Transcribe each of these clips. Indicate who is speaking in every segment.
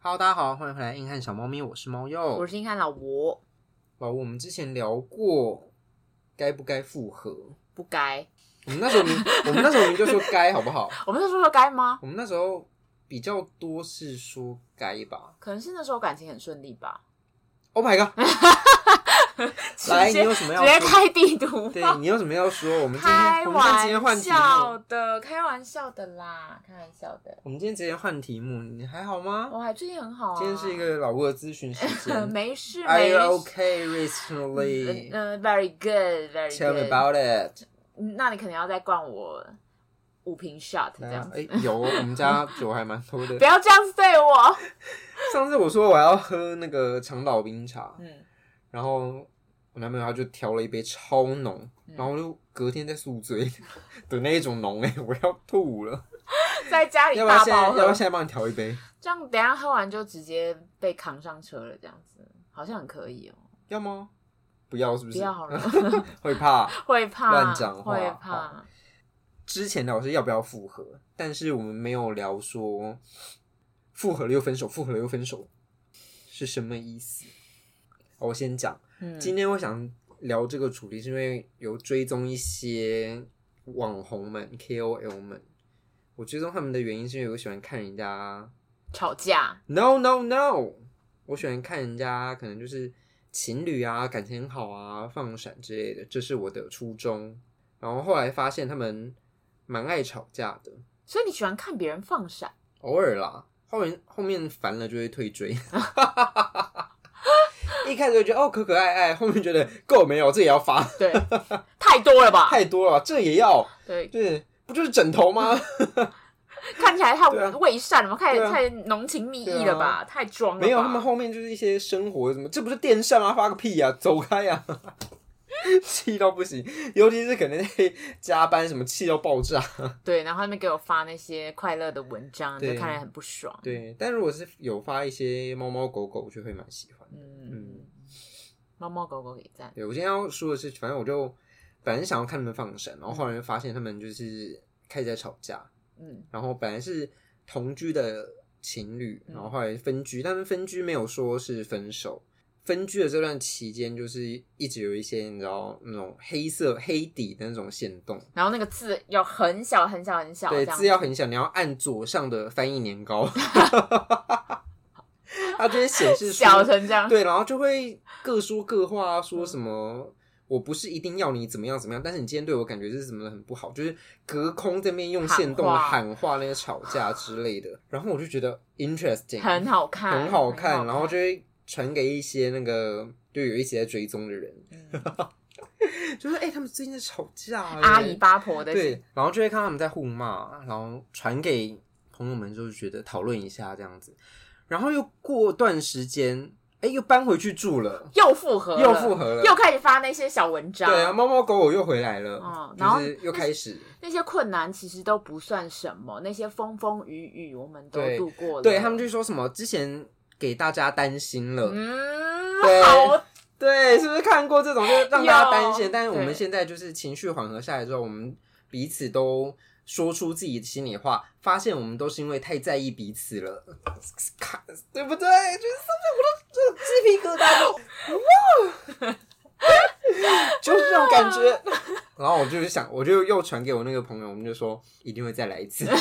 Speaker 1: Hello，大家好，欢迎回来《硬汉小猫咪》，我是猫
Speaker 2: 我
Speaker 1: 鼬。
Speaker 2: 是硬汉老吴，
Speaker 1: 老吴，我们之前聊过该不该复合，
Speaker 2: 不该。
Speaker 1: 我们那时候明， 我们那时候明就说该，好不好？
Speaker 2: 我们那时候说该吗？
Speaker 1: 我们那时候比较多是说该吧。
Speaker 2: 可能是那时候感情很顺利吧。
Speaker 1: Oh my god！
Speaker 2: 直
Speaker 1: 来，你
Speaker 2: 接
Speaker 1: 有什么要
Speaker 2: 直接
Speaker 1: 说？
Speaker 2: 开地图
Speaker 1: 对你有什么要说？我们今
Speaker 2: 开
Speaker 1: 天，我们今天
Speaker 2: 玩
Speaker 1: 换题
Speaker 2: 笑
Speaker 1: 目，
Speaker 2: 的，开玩笑的啦，开玩笑的。
Speaker 1: 我们今天直接换题目，你还好吗？
Speaker 2: 我还最近很好啊。
Speaker 1: 今天是一个老吴的咨询时 间。
Speaker 2: 没事
Speaker 1: Are
Speaker 2: 没
Speaker 1: you
Speaker 2: 事。
Speaker 1: okay recently?
Speaker 2: 嗯、v e r y good，very
Speaker 1: Tell me
Speaker 2: good。
Speaker 1: about it.
Speaker 2: 嗯那你可能要再灌我五瓶 shot 这
Speaker 1: 对
Speaker 2: 样
Speaker 1: 啊，
Speaker 2: 子，
Speaker 1: 哎、有哦，我们家酒还蛮 多
Speaker 2: 不
Speaker 1: 的。
Speaker 2: 要这样子对我。
Speaker 1: 上次我说我要喝那个长岛冰茶，
Speaker 2: 嗯，
Speaker 1: 然后我男朋友他就调了一杯超浓，
Speaker 2: 嗯
Speaker 1: 然后我就隔天在宿醉的那一种浓，哎， 我要吐了。
Speaker 2: 在家里
Speaker 1: 要不要
Speaker 2: 大
Speaker 1: 现在？
Speaker 2: 爆
Speaker 1: 要不要
Speaker 2: 喝，
Speaker 1: 现在帮你调一杯？
Speaker 2: 这样等一下喝完就直接被扛上车了，这样子好像很可以哦。
Speaker 1: 要吗？不要是不
Speaker 2: 不
Speaker 1: 是？
Speaker 2: 要好了，
Speaker 1: 会怕。
Speaker 2: 会怕
Speaker 1: 乱讲话
Speaker 2: 会
Speaker 1: 好
Speaker 2: 怕。
Speaker 1: 之前聊是要不要复合，但是我们没有聊说复合了又分手，复合了又分手是什么意思。哦我先讲。
Speaker 2: 嗯，
Speaker 1: 今天我想聊这个主题，是因为有追踪一些网红们、KOL 们。我追踪他们的原因是因为我喜欢看人家
Speaker 2: 吵架，
Speaker 1: ，no no no，我喜欢看人家可能就是情侣啊，感情很好啊，放闪之类的，这是我的初衷。然后后来发现他们蛮爱吵架的，
Speaker 2: 所以你喜欢看别人放闪，
Speaker 1: 偶尔啦，后面后面烦了就会退追。一开始就觉得哦可可爱爱，后面觉得够没有，这也要发。
Speaker 2: 对， 太多了吧？
Speaker 1: 太多了，这也要，
Speaker 2: 对，
Speaker 1: 对，不就是枕 头吗？
Speaker 2: 看起来太
Speaker 1: 对啊
Speaker 2: 伪善了吧？太
Speaker 1: 对啊
Speaker 2: 太浓情蜜意了吧？太装了吧？
Speaker 1: 没有，他们后面就是一些生活什么，这不是电扇吗？发个屁呀、走开呀、 气到不行，尤其是可能在加班什么，气到爆炸。
Speaker 2: 对，然后他们给我发那些快乐的文章，就
Speaker 1: 对
Speaker 2: 看来很不爽。
Speaker 1: 对，但如果是有发一些猫猫狗狗，我就会蛮喜欢。
Speaker 2: 嗯，猫猫狗狗给赞，
Speaker 1: 对我今天要说的是，反正我就本来是想要看他们放生，然后后来就发现他们就是开始在吵架，
Speaker 2: 嗯
Speaker 1: 然后本来是同居的情侣，
Speaker 2: 嗯
Speaker 1: 然后后来分居，但是分居没有说是分手。分居的这段期间，就是一直有一些你知道那种黑色黑底的那种线动，
Speaker 2: 然后那个字要很小很小很小，
Speaker 1: 对，
Speaker 2: 这样
Speaker 1: 字要很小，你要按左上的翻译年 糕，它就会显示出
Speaker 2: 小成这样。
Speaker 1: 对，然后就会各说各话，啊说
Speaker 2: 嗯
Speaker 1: 什么。我不是一定要你怎么样怎么样，但是你今天对我感觉是怎么很不好，就是隔空这边用
Speaker 2: 喊
Speaker 1: 线动的
Speaker 2: 话
Speaker 1: 喊话、那些吵架之类的。然后我就觉得 interesting，
Speaker 2: 很好看，
Speaker 1: 很好看，然后就会传给一些那个就有一些在追踪的人，
Speaker 2: 嗯
Speaker 1: 就是哎、欸他们最近在吵架、欸，
Speaker 2: 阿姨八婆的
Speaker 1: 对，然后就会看他们在互骂，然后传给朋友们，就是觉得讨论一下这样子。然后又过段时间，哎、又搬回去住了。
Speaker 2: 又复合了，
Speaker 1: 又复合了
Speaker 2: 又开始发那些小文章。
Speaker 1: 对啊，猫猫狗狗又回来了，
Speaker 2: 嗯然
Speaker 1: 哦
Speaker 2: 后
Speaker 1: 就是又开始。
Speaker 2: 那些困难其实都不算什么，那些风风雨雨我们都
Speaker 1: 对
Speaker 2: 度过了。
Speaker 1: 对他们就说什么之前给大家担心了，
Speaker 2: 嗯，
Speaker 1: 对
Speaker 2: 好，
Speaker 1: 对，是不是看过这种就是让大家担心？
Speaker 2: 有
Speaker 1: 但是我们
Speaker 2: 对
Speaker 1: 现在就是情绪缓和下来之后，我们彼此都说出自己的心里话，发现我们都是因为太在意彼此了，看对不对？就是上面我都就鸡皮疙瘩就哇， 就是这种感觉。然后我就想，我就又传给我那个朋友，我们就说一定会再来一次。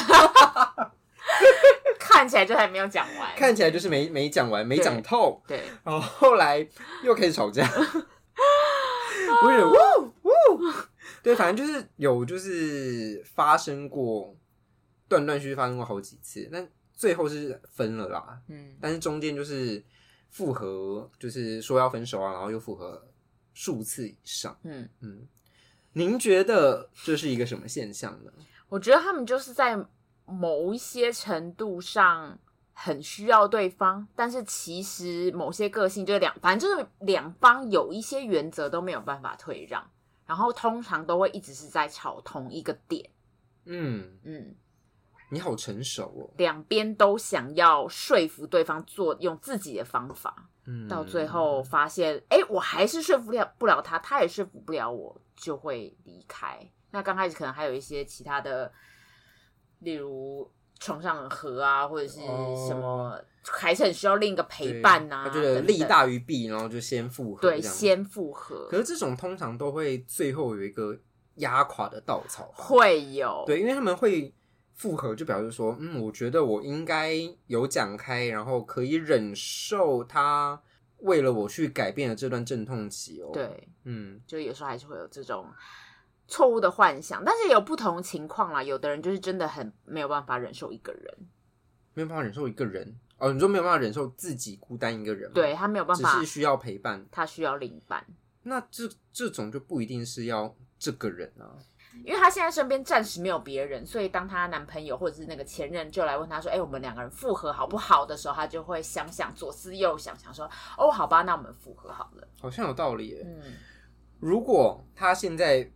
Speaker 2: 看起来就还没有讲完。
Speaker 1: 看起来就是没没讲完，没讲透，
Speaker 2: 对，
Speaker 1: 然后后来又开始吵 架。我有点呜呜，对，反正就是有就是发生过断断续续发生过好几次，但最后是分了啦。
Speaker 2: 嗯，
Speaker 1: 但是中间就是复合，就是说要分手啊，然后又复合数次以上。
Speaker 2: 嗯，
Speaker 1: 嗯，您觉得这是一个什么现象呢？
Speaker 2: 我觉得他们就是在某一些程度上很需要对方，但是其实某些个性就是两，反正就是两方有一些原则都没有办法退让，然后通常都会一直是在吵同一个点。
Speaker 1: 嗯，
Speaker 2: 嗯，
Speaker 1: 你好成熟哦。
Speaker 2: 两边都想要说服对方做用自己的方法，
Speaker 1: 嗯，
Speaker 2: 到最后发现，哎、我还是说服了不了他，他也说服不了我，就会离开。那刚开始可能还有一些其他的，例如床上很合啊，或者是什么，
Speaker 1: 哦
Speaker 2: 还是很需要另一个陪伴呐、啊。
Speaker 1: 他觉得
Speaker 2: 等等
Speaker 1: 利大于弊，然后就先复合，
Speaker 2: 对
Speaker 1: 这样子
Speaker 2: 先复合
Speaker 1: 可是这种通常都会最后有一个压垮的稻草吧？
Speaker 2: 会有
Speaker 1: 对，因为他们会复合，就表示说，嗯，我觉得我应该有讲开，然后可以忍受他为了我去改变的这段阵痛期哦。，
Speaker 2: 对
Speaker 1: 嗯，
Speaker 2: 就有时候还是会有这种错误的幻想，但是有不同情况啦。有的人就是真的很没有办法忍受一个人，
Speaker 1: 没有办法忍受一个人哦，你说没有办法忍受自己孤单一个人吗，
Speaker 2: 对他没有办
Speaker 1: 嗯只
Speaker 2: 法
Speaker 1: 是，需要陪伴，
Speaker 2: 他需要另一半，
Speaker 1: 那这这种就不一定是要这个人啊。
Speaker 2: 因为他现在身边暂时没有别人，所以当她男朋友或者是那个前任就来问她说：“哎、我们两个人复合好不好？”的时候，她就会想想左思右想，想说：“哦，好吧，那我们复合好了。
Speaker 1: 好像有道理”耶。
Speaker 2: 嗯，
Speaker 1: 如果他现在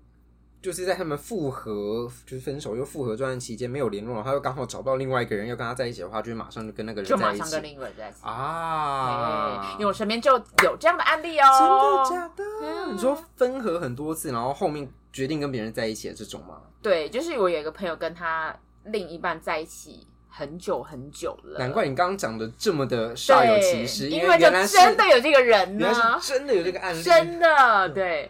Speaker 1: 就是在他们复合，就是分手又复合这段期间没有联络，然后他又刚好找到另外一个人要跟他在一起的话，就马上就跟那个
Speaker 2: 就
Speaker 1: 人在
Speaker 2: 马
Speaker 1: 一
Speaker 2: 上跟
Speaker 1: 起
Speaker 2: 另一个人在一起。
Speaker 1: 啊
Speaker 2: 哎，因为我身边就有这样的案例哦，
Speaker 1: 真的假的？
Speaker 2: 嗯
Speaker 1: 你说分合很多次，然后后面决定跟别人在一起的这种吗？
Speaker 2: 对，就是我有一个朋友跟他另一半在一起很久很久了，
Speaker 1: 难怪你刚刚讲的这么的
Speaker 2: 呃对
Speaker 1: 煞有其事，
Speaker 2: 因
Speaker 1: 为
Speaker 2: 就
Speaker 1: 原来是
Speaker 2: 真的有这个人
Speaker 1: 原来
Speaker 2: 呢，
Speaker 1: 是嗯真的有这个案例，
Speaker 2: 真的对，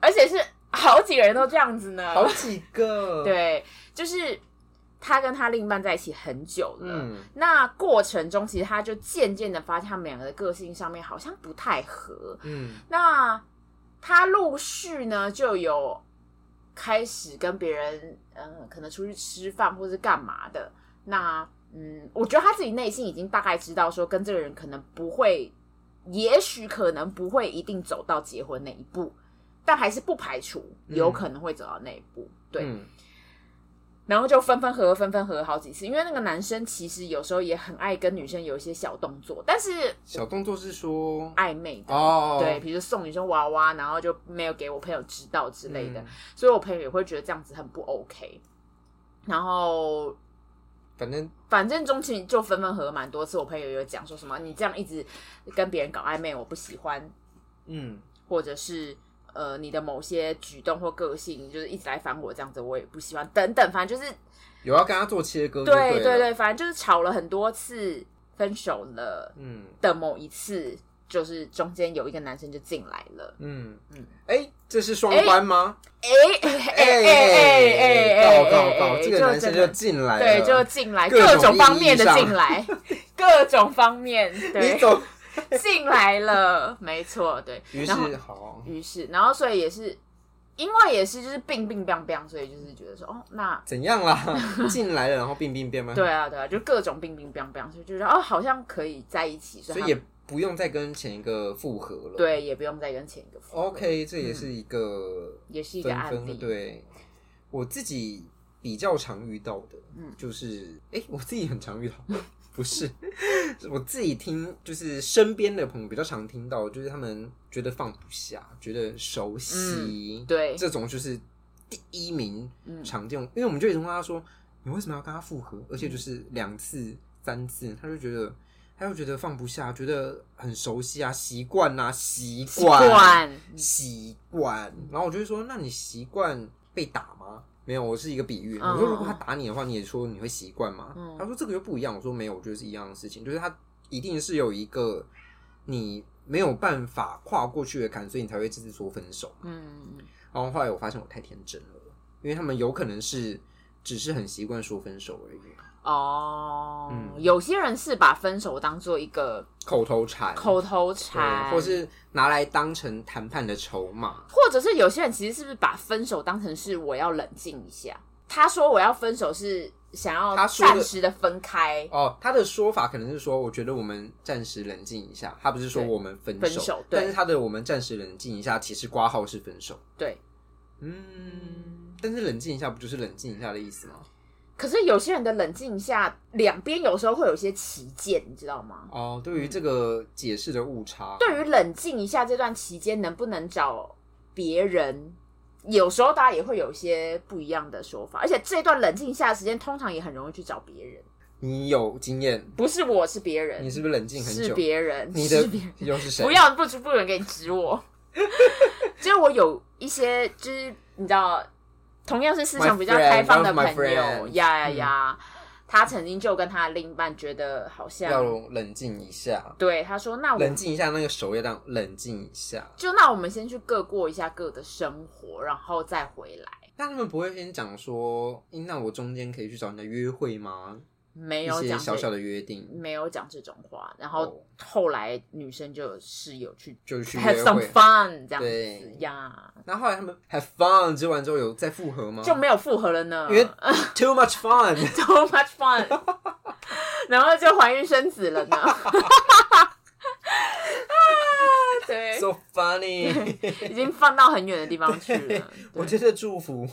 Speaker 2: 而且是好几个人都这样子呢，
Speaker 1: 好几个，，
Speaker 2: 对，就是他跟他另一半在一起很久了。
Speaker 1: 嗯，
Speaker 2: 那过程中，其实他就渐渐的发现他们两个的个性上面好像不太合，
Speaker 1: 嗯，
Speaker 2: 那他陆续呢就有开始跟别人，嗯，可能出去吃饭或是干嘛的。那嗯，我觉得他自己内心已经大概知道说，跟这个人可能不会，也许可能不会一定走到结婚那一步，但还是不排除有可能会走到那一步。对，
Speaker 1: 嗯，
Speaker 2: 然后就分分合合，分分合合好几次，因为那个男生其实有时候也很爱跟女生有一些小动作，但是
Speaker 1: 小动作是说
Speaker 2: 暧昧的啊
Speaker 1: 哦，
Speaker 2: 对，比如送女生娃娃，然后就没有给我朋友知道之
Speaker 1: 嗯
Speaker 2: 类的，所以我朋友也会觉得这样子很不 OK。然后
Speaker 1: 反正
Speaker 2: 反正中期就分分合合蛮多次，我朋友有讲说什么你这样一直跟别人搞暧昧，我不喜欢，
Speaker 1: 嗯，
Speaker 2: 或者是呃你的某些举动或个性就是一直来烦我这样子，我也不喜欢，等等，反正就是
Speaker 1: 有要跟他做切割就
Speaker 2: 对
Speaker 1: 对
Speaker 2: 对
Speaker 1: 了
Speaker 2: 对，反正就是吵了很多次，分手了
Speaker 1: 嗯
Speaker 2: 的某一次，就是中间有一个男生就进来了。
Speaker 1: 嗯
Speaker 2: 嗯
Speaker 1: 哎，这是双关吗？
Speaker 2: 哎哎哎哎哎
Speaker 1: 告告告，这个男生就
Speaker 2: 真的
Speaker 1: 进来了，
Speaker 2: 对，就进来
Speaker 1: 各种
Speaker 2: 各种方面的进 来，各种方面
Speaker 1: 你
Speaker 2: 对
Speaker 1: 走，
Speaker 2: 进来了，没错对。
Speaker 1: 于
Speaker 2: 然后
Speaker 1: 是好，
Speaker 2: 于是，然后所以也是因为也是就是病病病病，所以就是觉得说哦，那
Speaker 1: 怎样 啦？进来了，然后病病变吗？，
Speaker 2: 对啊对啊，就各种病病病病，所以就是哦，好像可以在一起，所
Speaker 1: 所
Speaker 2: 以
Speaker 1: 以
Speaker 2: 他
Speaker 1: 也不用再跟前一个复合了。
Speaker 2: 对嗯也不用再跟前一个复合
Speaker 1: ，OK，这也是一个
Speaker 2: 也是一个
Speaker 1: 哦分
Speaker 2: 案
Speaker 1: 分。
Speaker 2: 例，
Speaker 1: 对，我自己比较常遇到的，
Speaker 2: 嗯
Speaker 1: 就是哎，我自己很常遇到， 不是我自己听，就是身边的朋友比较常听到，就是他们觉得放不下，觉得熟悉，
Speaker 2: 嗯对
Speaker 1: 这种就是第一名
Speaker 2: 嗯
Speaker 1: 常见，因为我们就一直问他说，你为什么要跟他复合？而且
Speaker 2: 嗯
Speaker 1: 就是两次、三次，他就觉得。他就觉得放不下，觉得很熟悉啊，习惯啊，习惯，
Speaker 2: 惯
Speaker 1: 习惯。然后我就会说，那你习惯被打吗？没有，我是一个比喻。
Speaker 2: 嗯
Speaker 1: 我说，如果他打你的话，你也说你会习惯吗？
Speaker 2: 嗯
Speaker 1: 他说这个又不一样。我说没有，我觉得是一样的事情，就是他一定是有一个你没有办法跨过去的坎，所以你才会这次说分手。
Speaker 2: 嗯嗯
Speaker 1: 然后后来我发现我太天真了，因为他们有可能是只是很习惯说分手而已，
Speaker 2: 哦，
Speaker 1: 嗯
Speaker 2: 有些人是把分手当做一个
Speaker 1: 口头禅，
Speaker 2: 口头
Speaker 1: 对，
Speaker 2: 禅，
Speaker 1: 或是拿来当成谈判的筹码。
Speaker 2: 或者是有些人其实是不是把分手当成是我要冷静一下？他说我要分手是想要
Speaker 1: 他说的
Speaker 2: 暂时的分开，
Speaker 1: 哦，他的说法可能是说，我觉得我们暂时冷静一下，他不是说
Speaker 2: 对
Speaker 1: 我们分手，
Speaker 2: 分手对
Speaker 1: 但是他的我们暂时冷静一下，其实挂号是分手，
Speaker 2: 对。
Speaker 1: 嗯，但是冷静一下不就是冷静一下的意思吗？
Speaker 2: 可是有些人的冷静一下，两边有时候会有一些旗舰，你知道吗？
Speaker 1: 哦，对于这个解释的误差，
Speaker 2: 嗯对于冷静一下这段期间，能不能找别人？有时候大家也会有一些不一样的说法，而且这段冷静一下的时间，通常也很容易去找别人，
Speaker 1: 你有经验，
Speaker 2: 不是我是别人，
Speaker 1: 你是不是冷静很
Speaker 2: 是嗯
Speaker 1: 久？
Speaker 2: 别人，
Speaker 1: 你
Speaker 2: 是
Speaker 1: 的
Speaker 2: 别人
Speaker 1: 又是谁？
Speaker 2: 不要不不能给你指 我。就是我有一些，就是你知道，同样是思想比较
Speaker 1: My friend,
Speaker 2: 开放的
Speaker 1: one of my
Speaker 2: 朋友，
Speaker 1: friends.
Speaker 2: 呀呀呀，他曾经就跟他的另一半觉得好
Speaker 1: 要
Speaker 2: 像，
Speaker 1: 冷静一下，
Speaker 2: 对他说：“那我
Speaker 1: 冷静一下，那个手要让冷静一下。
Speaker 2: 就那我们先去各过一下各的生活，然后再回来。”
Speaker 1: 但他们不会先讲说，诶那我中间可以去找人家约会吗？
Speaker 2: 没
Speaker 1: 一
Speaker 2: 有
Speaker 1: 些
Speaker 2: 讲
Speaker 1: 小
Speaker 2: 这
Speaker 1: 小的约定，
Speaker 2: 没有讲这种话，然
Speaker 1: 哦
Speaker 2: 后后来女生就是有去
Speaker 1: 就是去
Speaker 2: have
Speaker 1: 约
Speaker 2: some
Speaker 1: 会。
Speaker 2: fun 这样
Speaker 1: 对嗯
Speaker 2: 子呀，
Speaker 1: 那后来他们 have fun 之完之后有再复合吗？
Speaker 2: 就没有复合了呢
Speaker 1: 因为 too much fun，
Speaker 2: ，so much fun，然后就怀孕生子了呢， 啊对
Speaker 1: so funny。
Speaker 2: 已经放到很远的地方去了。
Speaker 1: 我
Speaker 2: 对
Speaker 1: 觉得祝福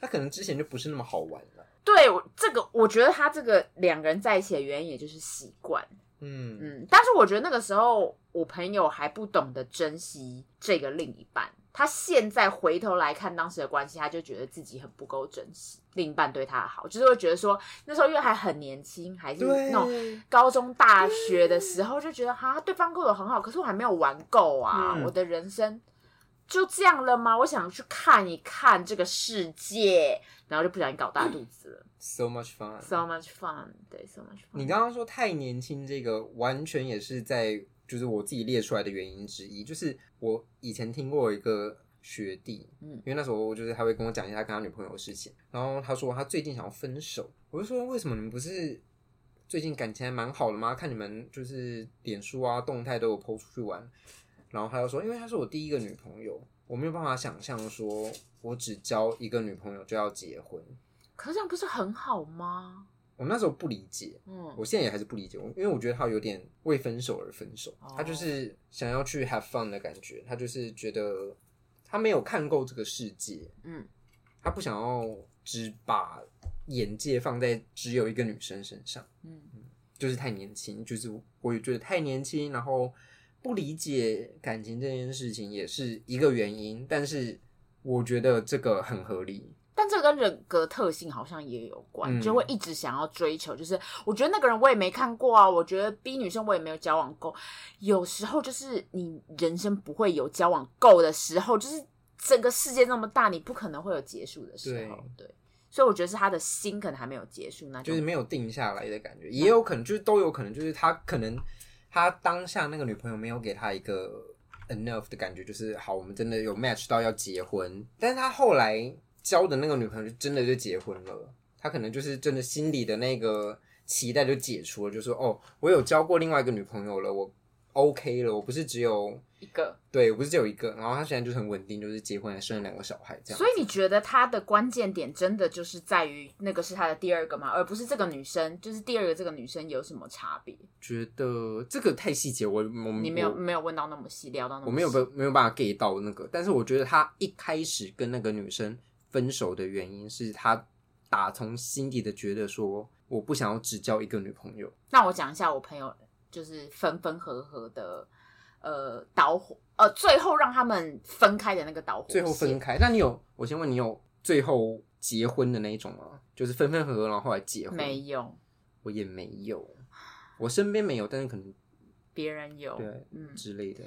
Speaker 1: 他可能之前就不是那么好玩了。
Speaker 2: 对我这个，我觉得他这个两个人在一起的原因也就是习惯，
Speaker 1: 嗯，
Speaker 2: 嗯，但是我觉得那个时候我朋友还不懂得珍惜这个另一半，他现在回头来看当时的关系，他就觉得自己很不够珍惜另一半对他的好，就是会觉得说那时候因为还很年轻，还是
Speaker 1: 对
Speaker 2: 那，种高中大学的时候，就觉得哈对方对我很好，可是我还没有玩够啊，
Speaker 1: 嗯
Speaker 2: 我的人生。就这样了吗？我想去看一看这个世界，然后就不小心搞大肚子了。
Speaker 1: so much fun。
Speaker 2: So much fun，对，so much fun。
Speaker 1: 嗯你刚刚说太年轻，这个完全也是在就是我自己列出来的原因之一。就是我以前听过一个学弟，
Speaker 2: 嗯，
Speaker 1: 嗯因为那时候就是他会跟我讲一下他跟他女朋友的事情，然后他说他最近想要分手，我就说为什么你们不是最近感情还蛮好的吗？看你们就是脸书啊动态都有 PO 出去玩，然后他就说，因为她是我第一个女朋友，我没有办法想象说我只交一个女朋友就要结婚，
Speaker 2: 可是这样不是很好吗？
Speaker 1: 我那时候不理解。
Speaker 2: 嗯，
Speaker 1: 我现在也还是不理解，我因为我觉得他有点为分手而分手，
Speaker 2: 哦
Speaker 1: 他就是想要去 have fun 的感觉，他就是觉得他没有看够这个世界，
Speaker 2: 嗯，
Speaker 1: 他不想要只把眼界放在只有一个女生身上，
Speaker 2: 嗯，
Speaker 1: 就是太年轻，就是我也觉得太年轻，然后不理解感情这件事情也是一个原因，但是我觉得这个很合理，
Speaker 2: 但这跟人格特性好像也有关，
Speaker 1: 嗯
Speaker 2: 就会一直想要追求。就是我觉得那个人我也没看过啊，我觉得 B 女生我也没有交往够。有时候就是你人生不会有交往够的时候，就是整个世界那么大，你不可能会有结束的时候。对，所以我觉得是他的心可能还没有结束，那就
Speaker 1: 就是没有定下来的感
Speaker 2: 嗯
Speaker 1: 觉，也有可能就是都有可能，就是他可能他当下那个女朋友没有给他一个 enough 的感觉，就是好，我们真的有 match 到要结婚，但是他后来交的那个女朋友就真的就结婚了，他可能就是真的心里的那个期待就解除了，就说哦，我有交过另外一个女朋友了，我 OK 了，我不是只有
Speaker 2: 一个。
Speaker 1: 对我不是只有一个，然后他现在就是很稳定，就是结婚还生了两个小孩这样，
Speaker 2: 所以你觉得他的关键点真的就是在于那个是他的第二个吗？而不是这个女生，就是第二个这个女生有什么差别？
Speaker 1: 觉得这个太细节，我我
Speaker 2: 你没有
Speaker 1: 我
Speaker 2: 没有问到那么细，聊到那么细
Speaker 1: 我没有办没有办法 get 到那个，但是我觉得他一开始跟那个女生分手的原因是他打从心底的觉得说我不想要只交一个女朋友，
Speaker 2: 那我讲一下我朋友就是分分合合的呃导火呃，最后让他们分开的那个导火
Speaker 1: 最后分
Speaker 2: 线
Speaker 1: 开。那你有我先问你有最后结婚的那一种吗？就是分分合合然后后来结婚？
Speaker 2: 没，有，
Speaker 1: 我也没有，我身边没有，但是可能
Speaker 2: 别人有
Speaker 1: 对
Speaker 2: 嗯，
Speaker 1: 之类的。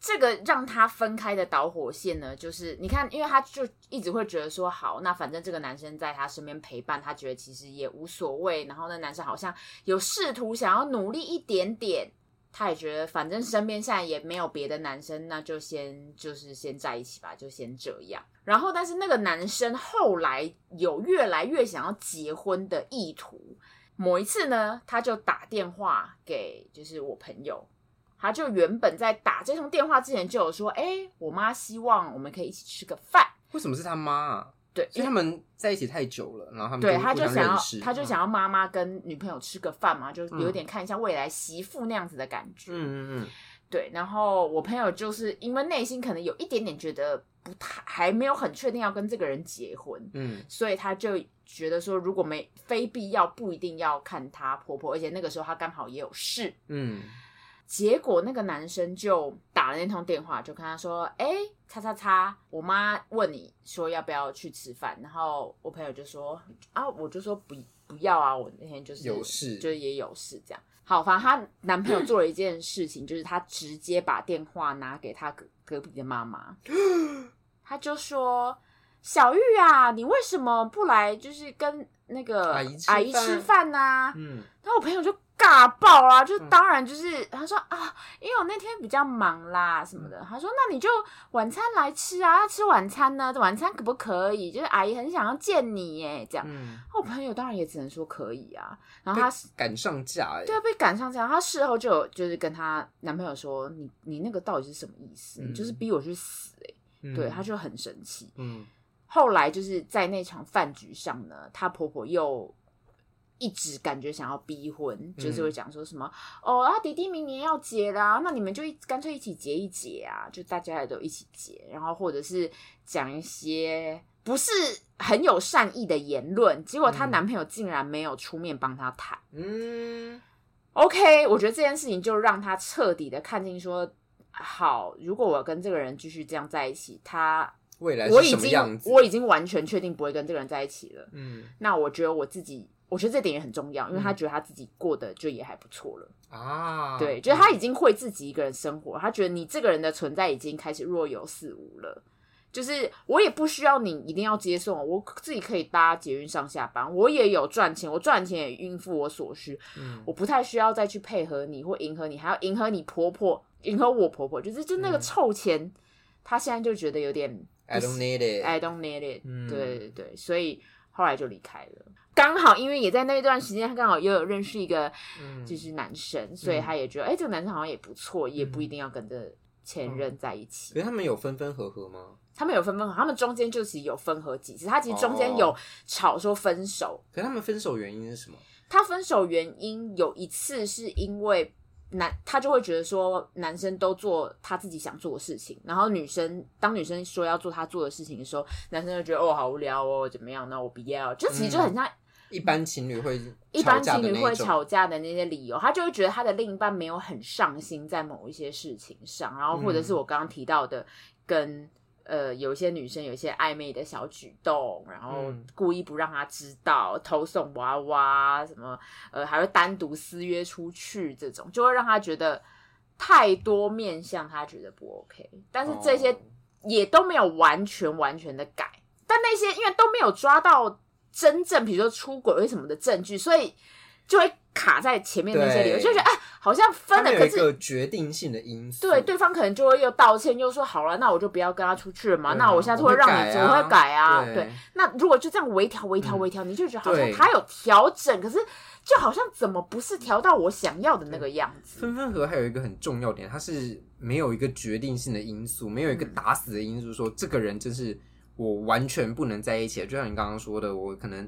Speaker 2: 这个让他分开的导火线呢，就是你看，因为他就一直会觉得说，好，那反正这个男生在他身边陪伴，他觉得其实也无所谓。然后那男生好像有试图想要努力一点点，他也觉得反正身边现在也没有别的男生，那就先就是先在一起吧，就先这样。然后，但是那个男生后来有越来越想要结婚的意图。某一次呢，他就打电话给就是我朋友，他就原本在打这通电话之前就有说，哎、我妈希望我们可以一起吃个饭。
Speaker 1: 为什么是他妈、啊？
Speaker 2: 对，
Speaker 1: 因为他们在一起太久了，然后他们
Speaker 2: 对，
Speaker 1: 就
Speaker 2: 他
Speaker 1: 互
Speaker 2: 就
Speaker 1: 相
Speaker 2: 想要
Speaker 1: 认识，
Speaker 2: 他就想要妈妈跟女朋友吃个饭嘛，就有
Speaker 1: 嗯
Speaker 2: 点看一下未来媳妇那样子的感觉。
Speaker 1: 嗯嗯嗯，
Speaker 2: 对，然后我朋友就是因为内心可能有一点点觉得不太，还没有很确定要跟这个人结婚，
Speaker 1: 嗯
Speaker 2: 所以她就觉得说，如果没非必要，不一定要看她婆婆，而且那个时候她刚好也有事。
Speaker 1: 嗯
Speaker 2: 结果那个男生就打了那通电话，就跟他说：“哎、叉叉叉，我妈问你说要不要去吃饭。”然后我朋友就说：“啊，我就说不不要啊，我那天就是
Speaker 1: 有事
Speaker 2: 就是也有事这样。”好，反正她男朋友做了一件事情，就是她直 接把电话拿给她隔隔壁的妈妈，她就说：“小玉啊，你为什么不来？就是跟那个
Speaker 1: 阿姨吃
Speaker 2: 阿姨
Speaker 1: 饭
Speaker 2: 吃饭啊呐、
Speaker 1: 嗯，
Speaker 2: 然后我朋友就尬爆啦、就当然就是、他说啊，因为我那天比较忙啦什么
Speaker 1: 嗯
Speaker 2: 的，他说那你就晚餐来吃啊，要吃晚餐呢，晚餐可不可以？就是阿姨很想要见你耶，这样。
Speaker 1: 嗯，
Speaker 2: 我朋友当然也只能说可以啊，然后他
Speaker 1: 赶上架哎、
Speaker 2: 对啊，被赶上这样，她事后就有就是跟她男朋友说：“你你那个到底是什么意思？
Speaker 1: 嗯
Speaker 2: 你就是逼我去死、欸！”
Speaker 1: 嗯
Speaker 2: 对，她就很生气。
Speaker 1: 嗯
Speaker 2: 后来就是在那场饭局上呢，她婆婆又一直感觉想要逼婚，就是会讲说什么、哦，啊，弟弟明年要结啦，那你们就一干脆一起结一结啊，就大家也都一起结，然后或者是讲一些不是很有善意的言论，结果她
Speaker 1: 嗯
Speaker 2: 男朋友竟然没有出面帮她谈。
Speaker 1: 嗯
Speaker 2: OK，我觉得这件事情就让他彻底的看清说，好，如果我跟这个人继续这样在一起，他
Speaker 1: 未来
Speaker 2: 我
Speaker 1: 是
Speaker 2: 已
Speaker 1: 什么样
Speaker 2: 经
Speaker 1: 子？
Speaker 2: 我已经完全确定不会跟这个人在一起了。
Speaker 1: 嗯
Speaker 2: 那我觉得我自己，我觉得这点也很重要，因为他
Speaker 1: 嗯
Speaker 2: 觉得他自己过得就也还不错了。
Speaker 1: 啊，
Speaker 2: 对，就是他已经会自己一个人生活，他觉得你这个人的存在已经开始若有似无了。就是我也不需要你一定要接送我，我自己可以搭捷运上下班，我也有赚钱，我赚钱也应付我所需，
Speaker 1: 嗯
Speaker 2: 我不太需要再去配合你或迎合你，还要迎合你婆婆，迎合我婆婆，就是就那个
Speaker 1: 嗯
Speaker 2: 臭钱，她现在就觉得有点
Speaker 1: ，I don't need it，
Speaker 2: I don't need it，、
Speaker 1: 嗯
Speaker 2: 对对对，所以后来就离开了。刚好因为也在那段时间，她刚好又有认识一个
Speaker 1: 嗯
Speaker 2: 就是男生，所以她也觉得哎、这个男生好像也不错，也不一定要跟着
Speaker 1: 嗯
Speaker 2: 前任在一起。
Speaker 1: 可是他们有分分合合吗？
Speaker 2: 他们有分分合，他们中间就其实有分合几次，他其实中间有
Speaker 1: 哦
Speaker 2: 吵说分手，
Speaker 1: 可是他们分手原因是什么？
Speaker 2: 他分手原因有一次是因为男，他就会觉得说男生都做他自己想做的事情，然后女生当女生说要做他做的事情的时候，男生就觉得哦好无聊哦怎么样？那我不要，就其实就很像
Speaker 1: 一般情侣会
Speaker 2: 一
Speaker 1: 吵
Speaker 2: 般
Speaker 1: 架
Speaker 2: 情
Speaker 1: 的
Speaker 2: 侣
Speaker 1: 那
Speaker 2: 会
Speaker 1: 一种，
Speaker 2: 吵架的那些理由，他就会觉得他的另一半没有很上心在某一些事情上，然后或者
Speaker 1: 嗯
Speaker 2: 是我刚刚提到的跟。呃，有一些女生有一些暧昧的小举动，然后
Speaker 1: 嗯
Speaker 2: 故意不让他知道，偷送娃娃什么，呃，还会单独私约出去，这种就会让他觉得太多面向，他觉得不 OK。但是这些
Speaker 1: 哦
Speaker 2: 也都没有完全完全的改，但那些因为都没有抓到真正，比如说出轨或什么的证据，所以就会卡在前面那些理由，
Speaker 1: 对
Speaker 2: 就觉得哎，好像分了，
Speaker 1: 他们有
Speaker 2: 可
Speaker 1: 一
Speaker 2: 是
Speaker 1: 个决定性的因素，
Speaker 2: 对对方可能就会又道歉，又说好了，那我就不要跟他出去了嘛，
Speaker 1: 对啊
Speaker 2: 那我下次会让你，
Speaker 1: 我
Speaker 2: 我
Speaker 1: 会改啊
Speaker 2: 会改啊，
Speaker 1: 对嗯
Speaker 2: 对。那如果就这样微调、微调、微调，你就觉得好像
Speaker 1: 对
Speaker 2: 他有调整，可是就好像怎么不是调到我想要的那个样子？
Speaker 1: 分分合合还有一个很重要点，它是没有一个决定性的因素，没有一个打死的因素说，这个人真是我完全不能在一起。就像你刚刚说的，我可能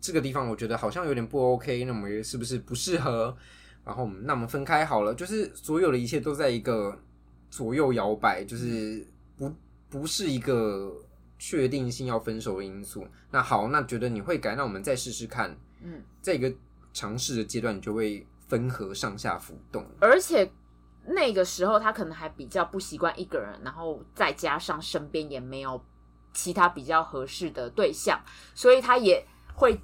Speaker 1: 这个地方我觉得好像有点不 OK，那我们是不是不适合？然后我们那我们分开好了，就是所有的一切都在一个左右摇摆，就是不不是一个确定性要分手的因素。那好，那觉得你会改，那我们再试试看。
Speaker 2: 嗯，
Speaker 1: 在一个尝试的阶段，你就会分合上下浮动。
Speaker 2: 而且那个时候他可能还比较不习惯一个人，然后再加上身边也没有其他比较合适的对象，所以他也会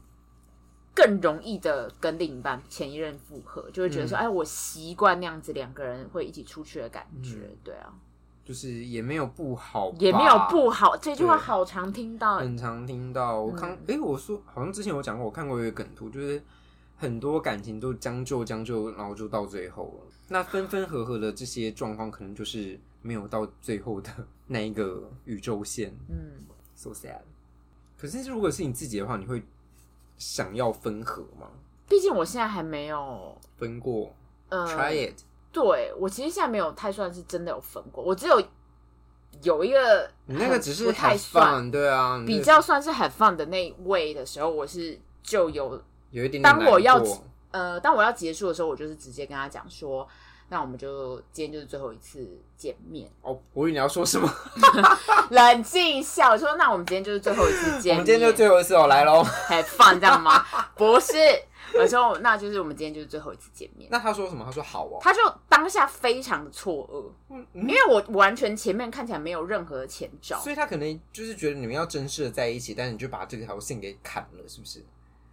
Speaker 2: 更容易的跟另一半前一任复合，就会觉得
Speaker 1: 嗯
Speaker 2: 说，哎，我习惯那样子两个人会一起出去的感觉，
Speaker 1: 嗯
Speaker 2: 对啊，
Speaker 1: 就是也没有不好吧，
Speaker 2: 也没有不好，这句话
Speaker 1: 对嗯
Speaker 2: 好常听到，
Speaker 1: 很常听到。我
Speaker 2: 嗯
Speaker 1: 看，诶，我说好像之前有讲过，我看过一个梗图，就是很多感情都将就将就，然后就到最后了。那分分合合的这些状况，可能就是没有到最后的那一个宇宙线
Speaker 2: 嗯。
Speaker 1: ，so sad。可是如果是你自己的话，你会想要分合吗？
Speaker 2: 毕竟我现在还没有，
Speaker 1: 分过、
Speaker 2: 呃
Speaker 1: t r y it，
Speaker 2: 对我其实现在没有太算是真的有分过，我只有有一个
Speaker 1: 你那个只是
Speaker 2: 很不太
Speaker 1: have
Speaker 2: 算，
Speaker 1: fun，对啊，你
Speaker 2: 比
Speaker 1: 就
Speaker 2: 较算是很放的那一位的时候，我是就有
Speaker 1: 有一点点
Speaker 2: 当我
Speaker 1: 难
Speaker 2: 要
Speaker 1: 过
Speaker 2: 呃，当我要结束的时候，我就是直接跟他讲说，那我们就今天就是最后一次见面，
Speaker 1: 哦，我以为你要说什么？
Speaker 2: 冷静一下，我说那我们今天就是最后一次
Speaker 1: 我
Speaker 2: 见面，
Speaker 1: 们今天就最后一次哦，来喽。
Speaker 2: 还放这样吗？不是，我说那就是我们今天就是最后一次见面。
Speaker 1: 那他说什么？他说好哦。
Speaker 2: 他就当下非常的错愕，
Speaker 1: 嗯
Speaker 2: 因为我完全前面看起来没有任何的前兆，
Speaker 1: 所以他可能就是觉得你们要真实的在一起，但是你就把这条线给砍了，是不是？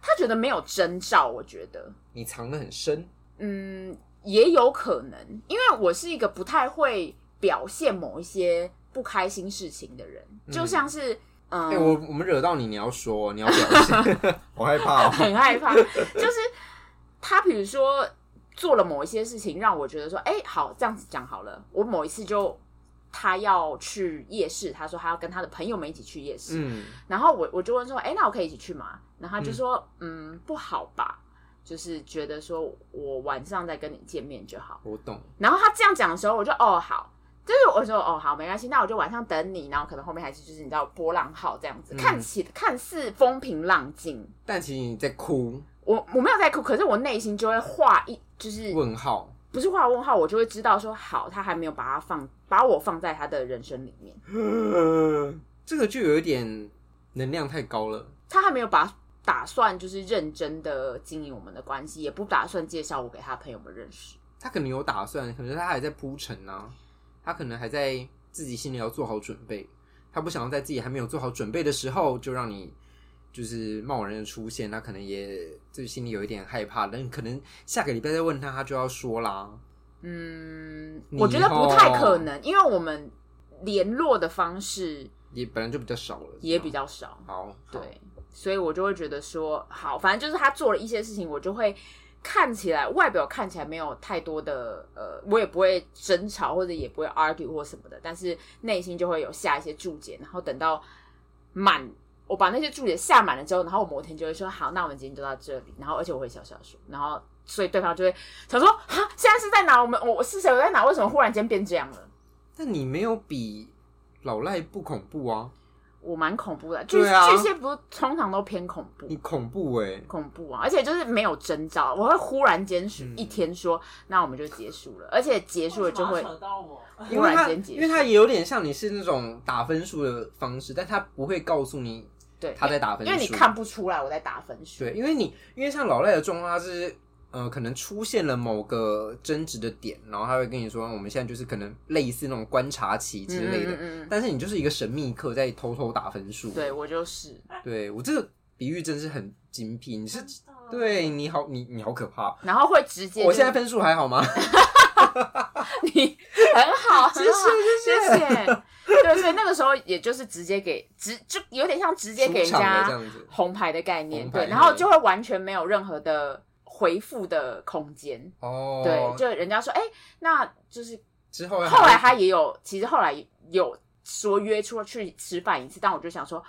Speaker 2: 他觉得没有征兆，我觉得，
Speaker 1: 你藏得很深，
Speaker 2: 嗯，也有可能，因为我是一个不太会表现某一些不开心事情的人，
Speaker 1: 嗯
Speaker 2: 就像是嗯，
Speaker 1: 哎、我我们惹到你，你要说，你要表现，我害 怕、哦。
Speaker 2: 很害怕，就是他比如说做了某一些事情，让我觉得说，哎、好，这样子讲好了。我某一次就他要去夜市，他说他要跟他的朋友们一起去夜市，
Speaker 1: 嗯，
Speaker 2: 然后我我就问说，哎、那我可以一起去吗？然后他就说，嗯不好吧，就是觉得说我晚上再跟你见面就好。
Speaker 1: 我懂。
Speaker 2: 然后他这样讲的时候，我就哦好，就是我说哦好没关系，那我就晚上等你，然后可能后面还是就是你知道波浪号这样子，
Speaker 1: 嗯
Speaker 2: 看起看似风平浪静，
Speaker 1: 但其实你在哭，
Speaker 2: 我我没有在哭，可是我内心就会画一，就是
Speaker 1: 问号。
Speaker 2: 不是画问号，我就会知道说，好，他还没有把他放，把我放在他的人生里面，
Speaker 1: 这个就有一点能量太高了。
Speaker 2: 他还没有把打算就是认真的经营我们的关系，也不打算介绍我给他朋友们认识。
Speaker 1: 他可能有打算，可能他还在铺陈呢，他可能还在自己心里要做好准备，他不想要在自己还没有做好准备的时候就让你就是贸然的出现，他可能也就心里有一点害怕，但可能下个礼拜再问他，他就要说啦。
Speaker 2: 嗯，
Speaker 1: 你
Speaker 2: 我觉得不太可能，因为我们联络的方式
Speaker 1: 也本来就比较少了，
Speaker 2: 也比
Speaker 1: 较
Speaker 2: 较少，
Speaker 1: 好，好，
Speaker 2: 对，所以我就会觉得说，好，反正就是他做了一些事情，我就会看起来外表看起来没有太多的呃，我也不会争吵或者也不会 argue 或什么的，但是内心就会有下一些注解，然后等到满。我把那些注解下满了之后，然后我某天就会说好，那我们今天就到这里。然后，而且我会小小说，然后所以对方就会想说啊，现在是在哪？我们我我是谁？我在哪？为什么忽然间变这样了？
Speaker 1: 但你没有比老赖不恐怖啊，
Speaker 2: 我蛮恐怖的。巨、
Speaker 1: 对啊
Speaker 2: 巨蟹不是通常都偏恐怖？
Speaker 1: 你恐怖哎、
Speaker 2: 恐怖啊！而且就是没有征兆，我会忽然间是
Speaker 1: 嗯
Speaker 2: 一天说，那我们就结束了，而且结束了就会
Speaker 3: 为什么要扯到我。
Speaker 1: 因
Speaker 2: 忽
Speaker 1: 为
Speaker 2: 然
Speaker 1: 他
Speaker 2: 间结
Speaker 1: 因
Speaker 2: 束
Speaker 1: 为。他也有点像你是那种打分数的方式，但他不会告诉你
Speaker 2: 对，
Speaker 1: 他在打分
Speaker 2: 因为你
Speaker 1: 数
Speaker 2: 看不出来我在打分数。
Speaker 1: 对，因为你因为像老赖的状况，他是呃，可能出现了某个争执的点，然后他会跟你说，我们现在就是可能类似那种观察期
Speaker 2: 嗯
Speaker 1: 之类
Speaker 2: 嗯
Speaker 1: 的，
Speaker 2: 嗯嗯
Speaker 1: 但是你就是一个神秘客在偷偷打分数。
Speaker 2: 嗯，对我就是。
Speaker 1: 对我这个比喻真是很精辟，你是
Speaker 2: 嗯
Speaker 3: 真的
Speaker 1: 对你好，你你好可怕。
Speaker 2: 然后会直接就，
Speaker 1: 我现在分数还好吗？
Speaker 2: 你很好，很好
Speaker 1: 谢
Speaker 2: 谢
Speaker 1: 谢
Speaker 2: 谢。对，所以那个时候也就是直接给直，就有点像直接给人
Speaker 1: 出场了
Speaker 2: 家
Speaker 1: 这样子，
Speaker 2: 红牌的概念，
Speaker 1: 红牌
Speaker 2: 对，然后就会完全没有任何的回复的空间，
Speaker 1: 哦，
Speaker 2: 对，就人家说，哎，那就是
Speaker 1: 之后
Speaker 2: 后来他也有，其实后来有说约出去吃饭一次，但我就想说，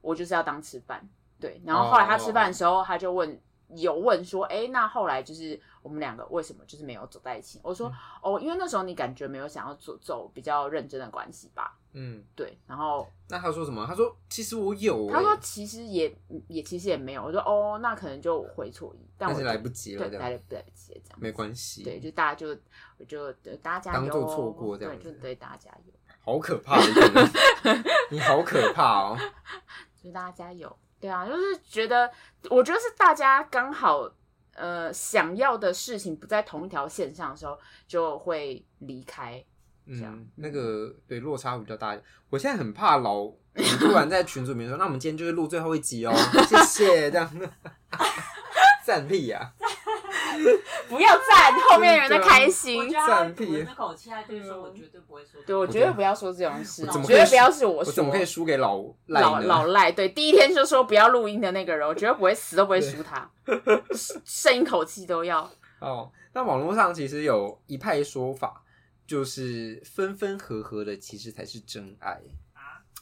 Speaker 2: 我就是要当吃饭，对。然后后来他吃饭的时候，他就问，有问说，哎、那后来就是我们两个为什么就是没有走在一起？我
Speaker 1: 嗯
Speaker 2: 说，哦，因为那时候你感觉没有想要走走比较认真的关系吧，
Speaker 1: 嗯，
Speaker 2: 对。然后
Speaker 1: 那他说什么？他说其实我有欸、
Speaker 2: 他说其实也也其实也没有，我说哦，那可能就回错意，但
Speaker 1: 但
Speaker 2: 我
Speaker 1: 是
Speaker 2: 就
Speaker 1: 来不及了，
Speaker 2: 对
Speaker 1: 这
Speaker 2: 来
Speaker 1: 样
Speaker 2: 得来不及了这样，
Speaker 1: 没关系，
Speaker 2: 对，就大家就我就对大家加
Speaker 1: 当
Speaker 2: 油，
Speaker 1: 做错过这样
Speaker 2: 对，就
Speaker 1: 子
Speaker 2: 对大家加油，
Speaker 1: 好可怕的一个人， 你好可怕哦！
Speaker 2: 就大家加油。对啊，就是觉得，我觉得是大家刚好呃想要的事情不在同一条线上的时候，就会离开。这样
Speaker 1: 嗯，那个对落差会比较大一点。我现在很怕老你突然在群组里面说， 那我们今天就是录最后一集哦，谢谢这样。 赞啊屁呀、
Speaker 2: 不要赞后面人的开
Speaker 3: 我
Speaker 2: 心
Speaker 3: 觉。得他
Speaker 1: 赞
Speaker 3: 会
Speaker 1: 屁
Speaker 3: 吐这口气，他就会说：“
Speaker 2: 嗯
Speaker 3: 我绝对不会说。”
Speaker 2: 对，我绝对不要说这种事，啊
Speaker 3: 我怎么
Speaker 2: 绝
Speaker 1: 可
Speaker 2: 对
Speaker 1: 以
Speaker 2: 不要是我
Speaker 1: 我
Speaker 2: 说。
Speaker 1: 怎么可以输给老赖
Speaker 2: 老
Speaker 1: 呢？
Speaker 2: 老赖？对，第一天就说不要录音的那个人，我绝对不会死都不会输他，剩一口气都要。
Speaker 1: 哦，那网络上其实有一派说法，就是分分合合的其实才是真爱。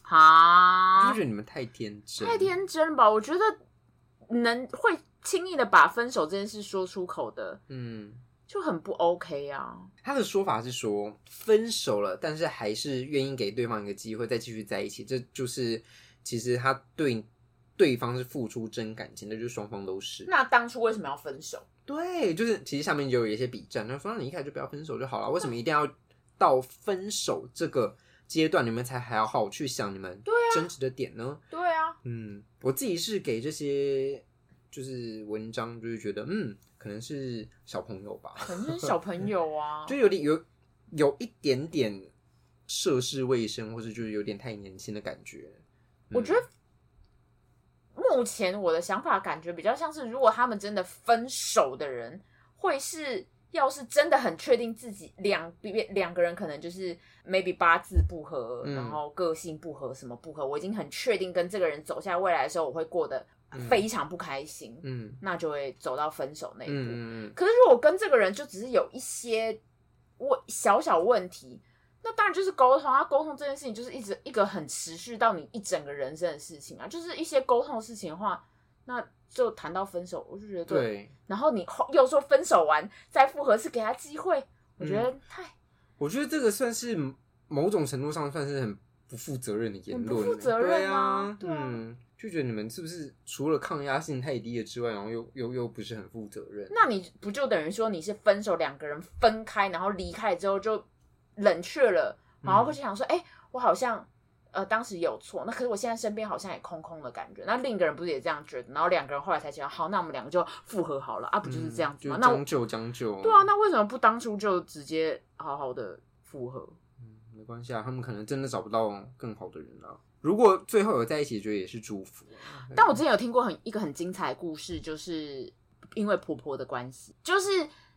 Speaker 2: 啊
Speaker 1: 就，觉得你们太天真，
Speaker 2: 太天真了吧！我觉得能会轻易的把分手这件事说出口的，
Speaker 1: 嗯，
Speaker 2: 就很不 OK 啊。
Speaker 1: 他的说法是说，分手了，但是还是愿意给对方一个机会再继续在一起，这就是其实他对对方是付出真感情，那就是双方都是。
Speaker 2: 那当初为什么要分手？
Speaker 1: 对，就是其实下面就有一些比战，他说那你一开始就不要分手就好了，为什么一定要到分手这个阶段你们才还要好好去想你们争执的点呢？
Speaker 2: 对啊，
Speaker 1: 嗯，我自己是给这些就是文章，就是觉得嗯，可能是小朋友吧，
Speaker 2: 可能是小朋友啊
Speaker 1: 就有点有有一点点涉世未深，或是就是有点太年轻的感觉。嗯
Speaker 2: 我觉得目前我的想法感觉比较像是，如果他们真的分手的人，会是要是真的很确定自己两边两个人可能就是 maybe 八字不合，
Speaker 1: 嗯
Speaker 2: 然后个性不合，什么不合，我已经很确定跟这个人走下未来的时候，我会过得非常不开心，
Speaker 1: 嗯
Speaker 2: 那就会走到分手那一步。
Speaker 1: 嗯嗯
Speaker 2: 可是如果跟这个人就只是有一些问小小问题，那当然就是沟通啊。沟通这件事情就是一直一个很持续到你一整个人生的事情啊，就是一些沟通的事情的话，那就谈到分手，我就觉得
Speaker 1: 对，
Speaker 2: 然后你后又说分手完再复合是给他机会，我觉得太、
Speaker 1: 我觉得这个算是某种程度上算是很不负责任的言论，
Speaker 2: 很不负责任
Speaker 1: 对啊
Speaker 2: 啊，对啊
Speaker 1: 嗯，就觉得你们是不是除了抗压性太低了之外，然后又又又不是很负责任？
Speaker 2: 那你不就等于说你是分手两个人分开，然后离开之后就冷却了，然后会去想说，哎、我好像呃当时有错，那可是我现在身边好像也空空的感觉。那另一个人不是也这样觉得？然后两个人后来才觉得，好，那我们两个就复合好了啊，不就是这样子
Speaker 1: 嗯
Speaker 2: 吗？
Speaker 1: 就
Speaker 2: 那我
Speaker 1: 将就将就，
Speaker 2: 对啊，那为什么不当初就直接好好的复合？
Speaker 1: 嗯没关系啊，他们可能真的找不到更好的人了。如果最后有在一起，觉得也是祝福啊。
Speaker 2: 但我之前有听过很一个很精彩的故事，就是因为婆婆的关系，就是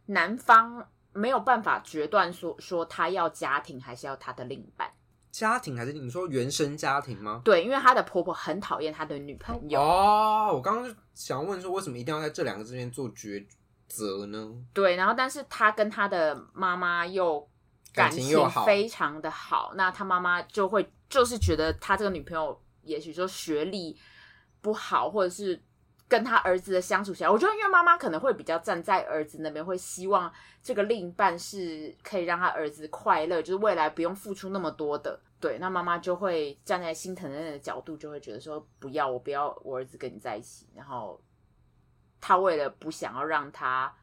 Speaker 2: 男方没有办法决断说说他要家庭还是要他的另一半，
Speaker 1: 家庭还是你说原生家庭吗？
Speaker 2: 对，因为他的婆婆很讨厌他的女朋友，
Speaker 1: 哦，我刚刚就想问说，为什么一定要在这两个之间做抉择呢？
Speaker 2: 对，然后但是他跟他的妈妈又
Speaker 1: 感情
Speaker 2: 情
Speaker 1: 又好
Speaker 2: 非常的好，那他妈妈就会就是觉得他这个女朋友也许说学历不好，或者是跟他儿子的相处起来，我觉得因为妈妈可能会比较站在儿子那边，会希望这个另一半是可以让他儿子快乐，就是未来不用付出那么多的。对，那妈妈就会站在心疼的人的角度，就会觉得说不要，我不要我儿子跟你在一起。然后他为了不想要让他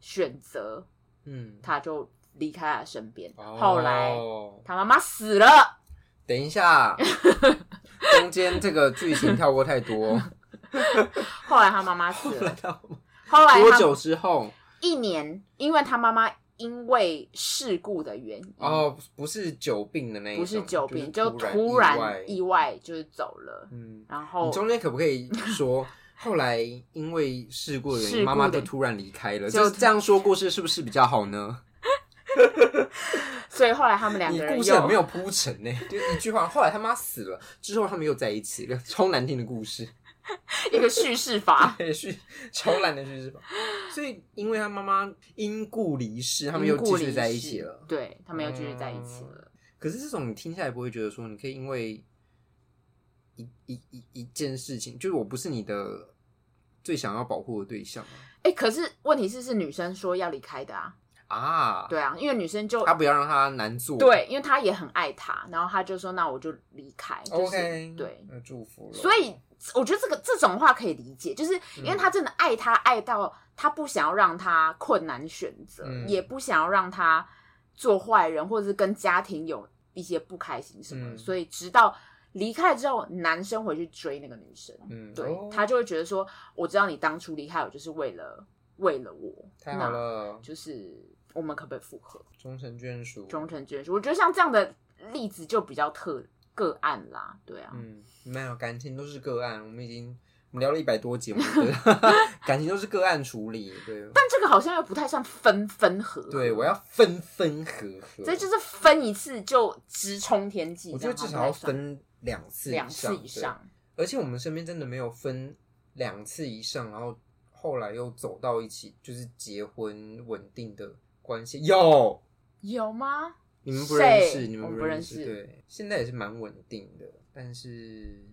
Speaker 2: 选择，
Speaker 1: 嗯，
Speaker 2: 他就离开了身边。
Speaker 1: 哦
Speaker 2: 后来他妈妈死了，
Speaker 1: 等 一下，中间这个剧情跳过 太多，
Speaker 2: 后来他妈妈死
Speaker 1: 不知
Speaker 2: 了，
Speaker 1: 道
Speaker 2: 后来
Speaker 1: 多
Speaker 2: 他
Speaker 1: 久之后？
Speaker 2: 一年，因为他妈妈因为事故的原因，
Speaker 1: 哦，不是久病的那一
Speaker 2: 嗯
Speaker 1: 种，
Speaker 2: 不是久病，就是突
Speaker 1: 然
Speaker 2: 然
Speaker 1: 意
Speaker 2: 意
Speaker 1: 外。
Speaker 2: 外就是走了，
Speaker 1: 嗯，
Speaker 2: 然
Speaker 1: 你
Speaker 2: 后
Speaker 1: 中间可不 可以说，后来因为事故的原
Speaker 2: 事故
Speaker 1: 因，
Speaker 2: 的
Speaker 1: 妈妈就突然离开了？
Speaker 2: 就
Speaker 1: 就这样说故事是不是比较好呢？
Speaker 2: 所以后来他们两
Speaker 1: 你
Speaker 2: 个人
Speaker 1: 故事很没有铺陈呢， 就一句话。后来他妈死了之后，他们又在一起了，超难听的故事，，
Speaker 2: 一个叙事法
Speaker 1: 也是超烂的叙事吧。所以，因为他妈妈因故离世， 他们又
Speaker 2: 因
Speaker 1: 继
Speaker 2: 故
Speaker 1: 续
Speaker 2: 离
Speaker 1: 在一
Speaker 2: 世
Speaker 1: 起了。嗯
Speaker 2: 对他们又继续在一起了。
Speaker 1: 可是这种你听下来不会觉得说，你可以因为一一一一件事情，就是我不是你的最想要保护的对象
Speaker 2: 哎、可是问题是是女生说要离开的啊，
Speaker 1: 啊，啊
Speaker 2: 对啊，因为女生就
Speaker 1: 他不要让他难做，
Speaker 2: 对，因为她也很爱他，然后她就说那我就离开，就是
Speaker 1: ，OK，
Speaker 2: 对，
Speaker 1: 那祝福了。
Speaker 2: 所以我觉得这个这种话可以理解，就是
Speaker 1: 嗯
Speaker 2: 因为他真的爱他，爱到他不想要让他困难选择，
Speaker 1: 嗯
Speaker 2: 也不想要让他做坏人，或者是跟家庭有一些不开心什么的，
Speaker 1: 嗯
Speaker 2: 所以直到离开之后，男生回去追那个女生，
Speaker 1: 嗯，
Speaker 2: 对、
Speaker 1: 哦
Speaker 2: 他就会觉得说，我知道你当初离开我就是为了为了我，
Speaker 1: 太好，了，
Speaker 2: 就是我们可不可以复合？
Speaker 1: 终成眷属，
Speaker 2: 终成眷属，我觉得像这样的例子就比较特个案啦，对啊，
Speaker 1: 嗯，没有感情都是个案，我们已经我们聊了一百多集，我们觉 得感情都是个案处理，对
Speaker 2: 但这个好像又不太算分分合合，
Speaker 1: 对，我要分分合合，
Speaker 2: 这就是分一次就直冲天际，
Speaker 1: 我觉得至少要分两次以
Speaker 2: 两
Speaker 1: 上，
Speaker 2: 次以
Speaker 1: 对
Speaker 2: 上，
Speaker 1: 而且我们身边真的没有分两次以上，然后后来又走到一起，就是结婚稳定的关系。有，
Speaker 2: 有吗？
Speaker 1: 你们不认识，
Speaker 2: 谁
Speaker 1: 你
Speaker 2: 我
Speaker 1: 们
Speaker 2: 们
Speaker 1: 不
Speaker 2: 不认
Speaker 1: 识，
Speaker 2: 识
Speaker 1: 对，现在也是蛮稳定的，但是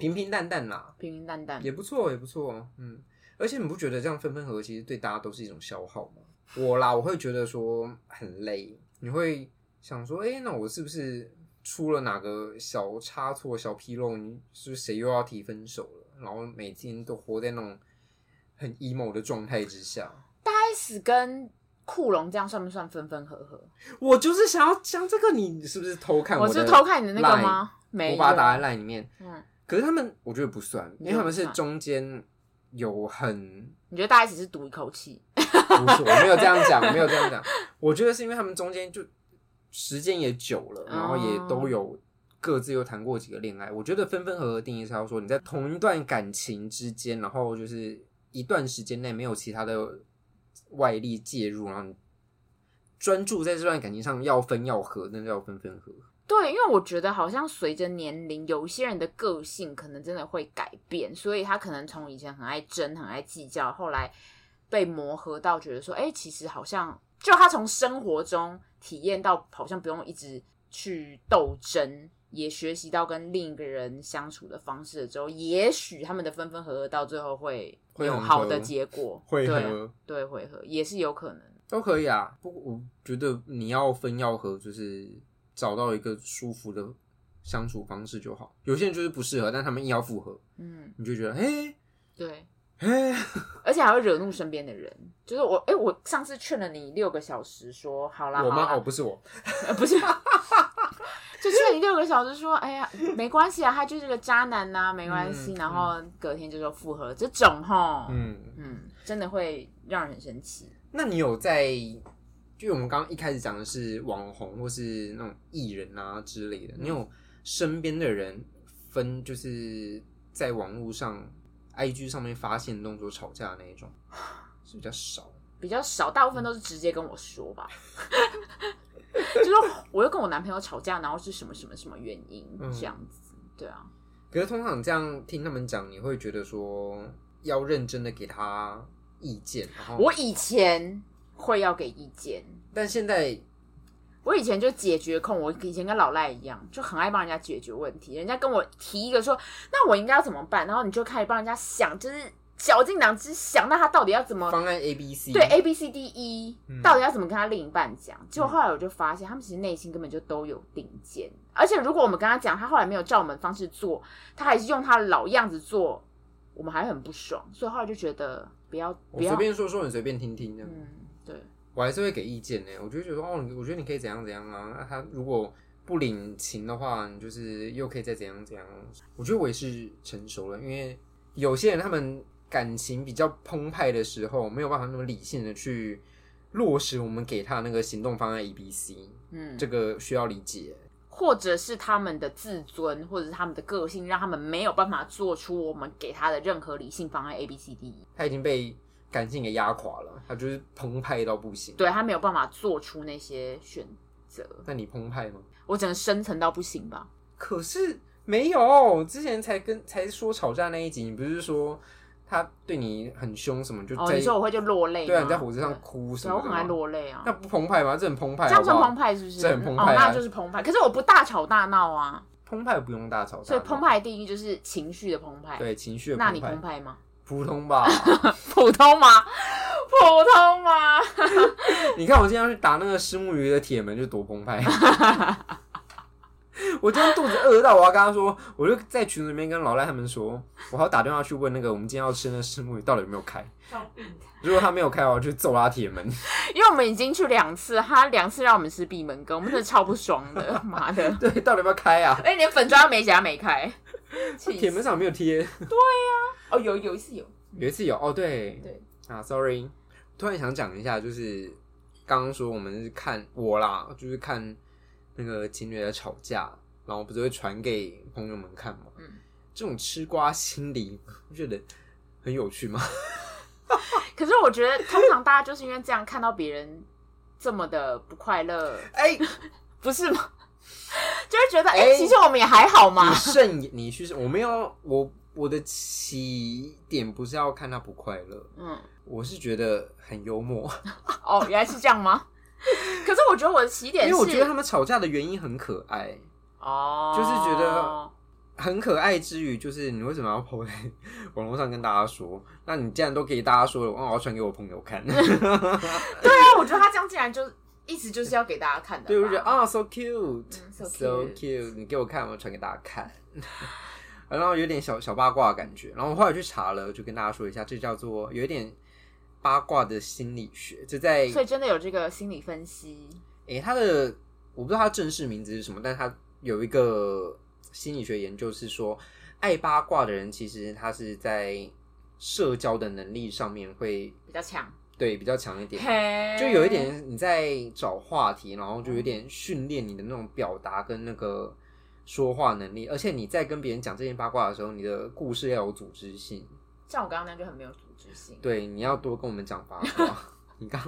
Speaker 1: 平平淡淡啦，
Speaker 2: 平平淡淡
Speaker 1: 也，不错，也不错，嗯。而且你不觉得这样分分合合，其实对大家都是一种消耗吗？我啦，我会觉得说很累，你会想说，哎、那我是不是出了哪个小差错、小纰漏？你是不是谁又要提分手了？然后每天都活在那种很 emo 的状态之下。
Speaker 2: 开始跟库龙这样算不算分分合合？
Speaker 1: 我就是想要讲这个，你是不是偷看
Speaker 2: 我
Speaker 1: 的？
Speaker 2: 是偷看你的那个吗？没
Speaker 1: 我
Speaker 2: 有，
Speaker 1: 把它打在 line 里面。
Speaker 2: 嗯，
Speaker 1: 可是他们，我觉得不算，因为他们是
Speaker 2: 不算
Speaker 1: 中间有很
Speaker 2: 你觉得大家只是赌一口气？
Speaker 1: 不是，我没有这样讲，我没有这样讲。我觉得是因为他们中间就时间也久了，然后也都有各自又谈过几个恋爱。我觉得分分合合的定义是要说你在同一段感情之间，然后就是一段时间内没有其他的外力介入，然后专注在这段感情上要分要合，那叫分分合合。
Speaker 2: 对，因为我觉得好像随着年龄，有一些人的个性可能真的会改变，所以他可能从以前很爱争、很爱计较，后来被磨合到觉得说，哎，其实好像就他从生活中体验到，好像不用一直去斗争，也学习到跟另一个人相处的方式了之后，也许他们的分分合合到最后会
Speaker 1: 会
Speaker 2: 有
Speaker 1: 很
Speaker 2: 好
Speaker 1: 合
Speaker 2: 的结果，
Speaker 1: 会
Speaker 2: 对
Speaker 1: 合
Speaker 2: 对会合也是有可能。
Speaker 1: 都可以啊。不过我觉得你要分要合，就是找到一个舒服的相处方式就好。有些人就是不适合，但他们硬要复合，
Speaker 2: 嗯，
Speaker 1: 你就觉得嘿，
Speaker 2: 对。
Speaker 1: 嘿，
Speaker 2: 而且还会惹怒身边的人。就是我，哎、我上次劝了你六个小时说好啦，
Speaker 1: 我
Speaker 2: 好
Speaker 1: 妈哦，
Speaker 2: 啦，
Speaker 1: 不是我，
Speaker 2: 呃 不是，就劝你六个小时说，哎呀，没关系啊，他就是个渣男呐、没关系。
Speaker 1: 嗯
Speaker 2: 然后隔天就说复合，这种吼，嗯
Speaker 1: 嗯，
Speaker 2: 真的会让人很生气。
Speaker 1: 那你有在？就我们刚刚一开始讲的是网红或是那种艺人啊之类的，
Speaker 2: 嗯
Speaker 1: 你有身边的人分就是在网络上、IG 上面发现动作吵架的那一种， 是比较少。
Speaker 2: 比较少，大部分都是直接跟我说吧。 就是我又跟我男朋友吵架，然后是什么什么什么原因、
Speaker 1: 嗯
Speaker 2: 这样子，对啊，
Speaker 1: 可是通常这样听他们讲，你会觉得说要认真的给他意见，然后
Speaker 2: 我以前会要给意见，
Speaker 1: 但现在
Speaker 2: 我以前就解决控，我以前跟老赖一样，就很爱帮人家解决问题。人家跟我提一个说，那我应该要怎么办？然后你就开始帮人家想，就是绞尽脑汁想，那他到底要怎么
Speaker 1: 方案 A、B、C
Speaker 2: 对 A B C D E，、
Speaker 1: 嗯
Speaker 2: 到底要怎么跟他另一半讲？结果后来我就发现，他们其实内心根本就都有定见，而且如果我们跟他讲，他后来没有照我们方式做，他还是用他的老样子做，我们还会很不爽。所以后来就觉得不要
Speaker 1: 我
Speaker 2: 不要
Speaker 1: 随，便说说，你随便听听这样。
Speaker 2: 嗯，对，
Speaker 1: 我还是会给意见呢。我就会觉得说哦，你我觉得你可以怎样怎样啊。那、他如果不领情的话，你就是又可以再怎样怎样。我觉得我也是成熟了，因为有些人他们感情比较澎湃的时候，没有办法那么理性的去落实我们给他的那个行动方案 A、B、C，
Speaker 2: 嗯，
Speaker 1: 这个需要理解。
Speaker 2: 或者是他们的自尊，或者是他们的个性，让他们没有办法做出我们给他的任何理性方案 A B C D E，
Speaker 1: 他已经被感性给压垮了，他就是澎湃到不行。
Speaker 2: 对他没有办法做出那些选择，
Speaker 1: 那你澎湃吗？
Speaker 2: 我只能深层到不行吧。
Speaker 1: 可是没有，之前才跟才说吵架那一集，你不是说他对你很凶什么，就在、
Speaker 2: 哦，你说我会就落泪吗，
Speaker 1: 对啊，你在火车上哭什
Speaker 2: 对，
Speaker 1: 么
Speaker 2: 我
Speaker 1: 的
Speaker 2: 很
Speaker 1: 吗
Speaker 2: 爱落泪啊
Speaker 1: 那。不澎湃吗？这很澎湃
Speaker 2: 这
Speaker 1: 好
Speaker 2: 样
Speaker 1: 不
Speaker 2: 算
Speaker 1: 好，
Speaker 2: 澎湃是不是？
Speaker 1: 这很澎湃啊
Speaker 2: 哦，那就是澎湃。可是我不大吵大闹啊，
Speaker 1: 澎湃不用大吵大闹，
Speaker 2: 所以澎湃的定义就是情绪的澎湃。
Speaker 1: 对情绪的
Speaker 2: 那
Speaker 1: 澎
Speaker 2: 你澎
Speaker 1: 湃，
Speaker 2: 湃吗？
Speaker 1: 普通吧？
Speaker 2: 普通吗？普通吗？
Speaker 1: 你看我今天要去打那个石木鱼的铁门，就多澎湃。我今天肚子饿到，我要跟他说，我就在群里面跟老赖他们说，我还要打电话去问那个我们今天要吃那石木鱼到底有没有开。
Speaker 3: 装病态，
Speaker 1: 如果他没有开，我要去揍他铁门。
Speaker 2: 因为我们已经去两次，他两次让我们吃闭门羹，我们真的超不爽 的，妈的！
Speaker 1: 对，到底要不要开啊？
Speaker 2: 哎，连粉妆美甲没开，气
Speaker 1: 铁门
Speaker 2: 死
Speaker 1: 上有没有贴。
Speaker 2: 哦，有有一次有，
Speaker 1: 有一次有哦，对
Speaker 2: 对
Speaker 1: 啊，sorry，突然想讲一下，就是刚刚说我们是看我啦，就是看那个情侣的吵架，然后不是会传给朋友们看吗？
Speaker 2: 嗯
Speaker 1: 这种吃瓜心理， 不觉得很有 趣吗？
Speaker 2: 可是我觉得通常大家就是因为这样看到别人这么的不快乐，
Speaker 1: 哎、
Speaker 2: 不是吗？ 就会觉得哎、
Speaker 1: 哎
Speaker 2: 其实我们也还好嘛
Speaker 1: 你。慎言，你去，我没有，我我的起点不是要看他不快乐，
Speaker 2: 嗯，
Speaker 1: 我是觉得很幽默，
Speaker 2: 哦，原来是这样吗？可是我觉得我的起
Speaker 1: 因
Speaker 2: 点是，
Speaker 1: 为我觉得他们吵架的原因很可爱。
Speaker 2: 哦，
Speaker 1: 就是觉得很可爱之余，就是你为什么要 po 在 网络上跟大家说？那你既然都给大家说了，哦我要传给我朋友 看。
Speaker 2: 对啊，我觉得他这样竟然就一直就是要给大家看的吧，
Speaker 1: 对，我就觉得啊、s o cute，so、
Speaker 2: 嗯，so cute
Speaker 1: cute，你给我看，我传给大家看。然后有点小小八卦的感觉。然后我后来去查了，就跟大家说一下，这叫做有一点八卦的心理学。这在
Speaker 2: 所以真的有这个心理分析，
Speaker 1: 诶，他的我不知道他正式名字是什么，但他有一个心理学研究是说，爱八卦的人其实他是在社交的能力上面会
Speaker 2: 比较强，
Speaker 1: 对比较强一点，
Speaker 2: 嘿
Speaker 1: 就有一点你在找话题，然后就有
Speaker 2: 嗯
Speaker 1: 点训练你的那种表达跟那个说话能力，而且你在跟别人讲这件八卦的时候，你的故事要有组织性，
Speaker 2: 像我刚刚那样就很没有组织性。
Speaker 1: 对，你要多跟我们讲八卦。 你刚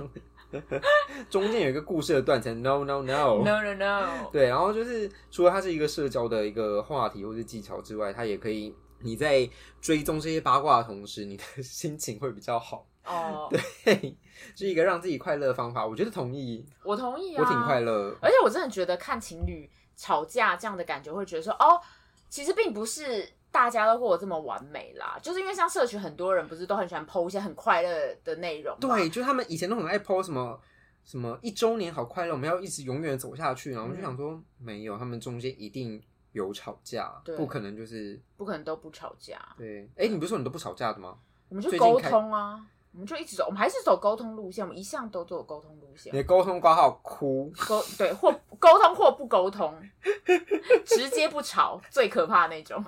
Speaker 1: 中间有一个故事的断层，no no no，,
Speaker 2: No no no，
Speaker 1: 对，然后就是除了它是一个社交的一个话题或是技巧之外，它也可以你在追踪这些八卦的同时，你的 心情会比较好，
Speaker 2: 哦，
Speaker 1: 嘿，是一个让自己快乐的方法。我觉得同意，
Speaker 2: 我同意啊，
Speaker 1: 我挺快乐。
Speaker 2: 而且我真的觉得看情侣吵架这样的感觉，会觉得说哦，其实并不是大家都过得这么完美啦，就是因为像社群很多人不是都很喜欢 PO 一些很快乐的内容嘛，
Speaker 1: 对，就是他们以前都很爱 PO 什么什么一周年好快乐，我们要一直永远走下去。然后
Speaker 2: 嗯
Speaker 1: 我就想说，没有，他们中间一定有吵架，
Speaker 2: 对
Speaker 1: 不可能就是
Speaker 2: 不可能都不吵架，
Speaker 1: 对。哎、你不是说你都不吵架的吗？
Speaker 2: 我们就
Speaker 1: 最近
Speaker 2: 沟
Speaker 1: 开
Speaker 2: 通啊，我们就一直走，我们还是走沟通路线，我们一向都走沟通路线
Speaker 1: 你，的沟通挂号哭，
Speaker 2: 沟对或沟通或不沟 通，直接不吵，最可怕那种。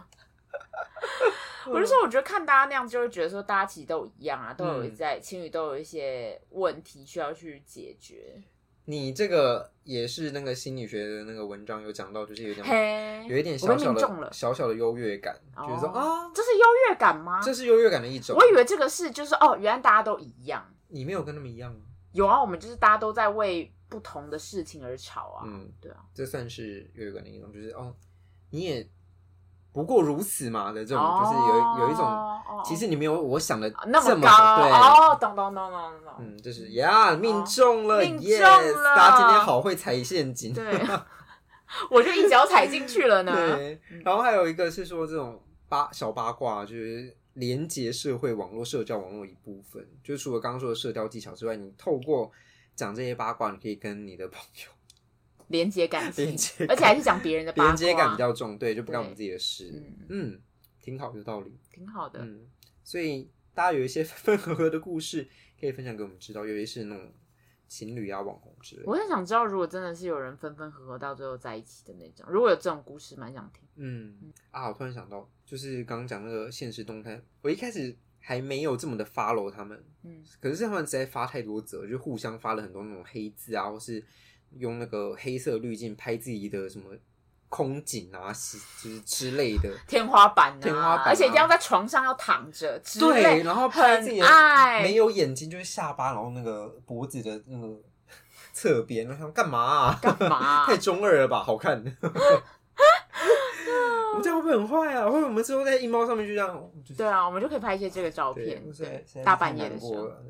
Speaker 2: 我就说，我觉得看大家那样，就会觉得说，大家其实都一样啊，都有
Speaker 1: 嗯
Speaker 2: 在、情侣都有一些问题需要去解决。
Speaker 1: 你这个也是那个心理学的那个文章有讲到，就是有点
Speaker 2: 嘿，
Speaker 1: 有一点
Speaker 2: 我
Speaker 1: 小
Speaker 2: 被
Speaker 1: 小
Speaker 2: 命中
Speaker 1: 的
Speaker 2: 了，
Speaker 1: 小小的优越感，就是说啊，
Speaker 2: 哦，这是优越感吗？
Speaker 1: 这是优越感的一种
Speaker 2: 我。以为这个是就是哦，原来大家都一样。
Speaker 1: 你没有跟他们一样吗？
Speaker 2: 有啊，我们就是大家都在为不同的事情而吵啊。
Speaker 1: 嗯，
Speaker 2: 对啊，
Speaker 1: 这算是优越感的一种，就是哦，你也不过如此嘛的这种，就是
Speaker 2: 哦
Speaker 1: 有有一种。
Speaker 2: 哦
Speaker 1: 其实你没有我想的
Speaker 2: 哦
Speaker 1: 么
Speaker 2: 那
Speaker 1: 对，
Speaker 2: 么高哦，懂懂懂懂懂。
Speaker 1: 嗯，就是呀，命中了，
Speaker 2: 命中
Speaker 1: yes，
Speaker 2: 了
Speaker 1: 大家今天好会踩陷阱，
Speaker 2: 对，我就一脚踩进去了呢。嗯
Speaker 1: 对然后还有一个是说这种八小八卦，就是连接社会网络、社交网络一部分，就除了刚刚说的社交技巧之外，你透过讲这些八卦，你可以跟你的朋友
Speaker 2: 连接感情，
Speaker 1: 连接感
Speaker 2: 而且还是讲别人的八卦，
Speaker 1: 连接感比较重，对，就不干我们
Speaker 2: 对
Speaker 1: 自己的事，
Speaker 2: 嗯，
Speaker 1: 嗯，挺好，有道理，
Speaker 2: 挺好的。
Speaker 1: 嗯，所以大家有一些分合合的故事可以分享给我们知道，尤其是那种情侣啊、网红之类的
Speaker 2: 我很想知道，如果真的是有人分分合合到最后在一起的那种，如果有这种故事，蛮想听。
Speaker 1: 嗯啊，我突然想到，就是刚刚讲那个现实动态，我一开始还没有这么的 follow 他们，
Speaker 2: 嗯，
Speaker 1: 可是他们实在发太多则，就互相发了很多那种黑字啊，或是用那个黑色滤镜拍自己的什么空景啊，是就是之 类的，
Speaker 2: 天花板啊，
Speaker 1: 天花板啊
Speaker 2: 而且一定要在床上要躺着之类，
Speaker 1: 对，然后拍自己的
Speaker 2: 很爱
Speaker 1: 没有眼睛就是下巴，然后那个脖子的那个 侧边，然后想干嘛啊、
Speaker 2: 干嘛啊、
Speaker 1: 太中二了吧，好看。我们这样会不会很坏啊？会不会我们之后在音猫上面就这样？就是
Speaker 2: 对啊，我们就可以拍一些这个照
Speaker 1: 对
Speaker 2: 片
Speaker 1: 我实在
Speaker 2: 对
Speaker 1: 实在是
Speaker 2: 大
Speaker 1: 太
Speaker 2: 半夜
Speaker 1: 难
Speaker 2: 的时
Speaker 1: 过
Speaker 2: 候，
Speaker 1: 了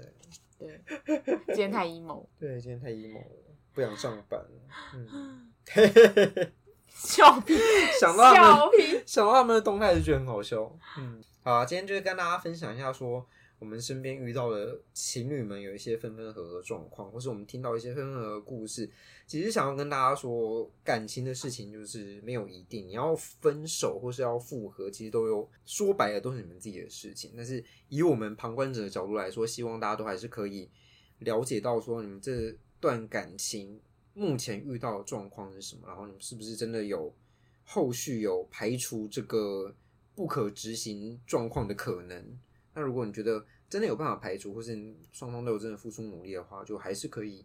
Speaker 1: 对
Speaker 2: 对，今天太 emo，
Speaker 1: 对，今天太 emo 了，不想上班了。嗯，
Speaker 2: 笑屁，
Speaker 1: 想到他们，
Speaker 2: 笑 屁，
Speaker 1: 想到他们的动态就觉得很好笑。嗯，好啊，今天就是跟大家分享一下说。我们身边遇到的情侣们有一些分分合合的状况，或是我们听到一些分分合合的故事，其实想要跟大家说，感情的事情就是没有一定，你要分手或是要复合，其实都有说白了都是你们自己的事情。但是以我们旁观者的角度来说，希望大家都还是可以了解到说你们这段感情目前遇到的状况是什么，然后你们是不是真的有后续有排除这个不可执行状况的可能。那如果你觉得真的有办法排除，或是你双方都有真的付出努力的话，就还是可以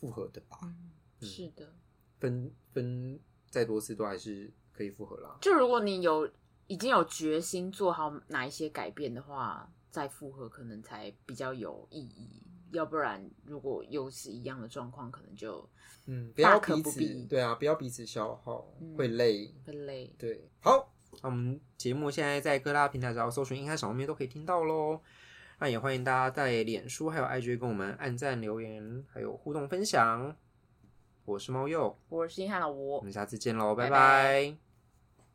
Speaker 1: 复合的吧。
Speaker 2: 嗯是的。
Speaker 1: 分分再多次都还是可以复合啦。
Speaker 2: 就如果你有已经有决心做好哪一些改变的话，再复合可能才比较有意义。要不然，如果又是一样的状况，可能就
Speaker 1: 嗯，不
Speaker 2: 大
Speaker 1: 要
Speaker 2: 可
Speaker 1: 彼
Speaker 2: 不
Speaker 1: 此
Speaker 2: 必
Speaker 1: 对啊，不要彼此消耗，
Speaker 2: 嗯
Speaker 1: 会累。
Speaker 2: 会累。
Speaker 1: 对，好，那我们节目现在在各大平台只要搜寻“硬汉小面”都可以听到喽。那也欢迎大家在脸书还有 IG 跟我们按赞、留言，还有互动分享。我是猫鼬，
Speaker 2: 我是硬汉的我
Speaker 1: 我，们下次见喽，拜
Speaker 2: 拜拜
Speaker 1: 拜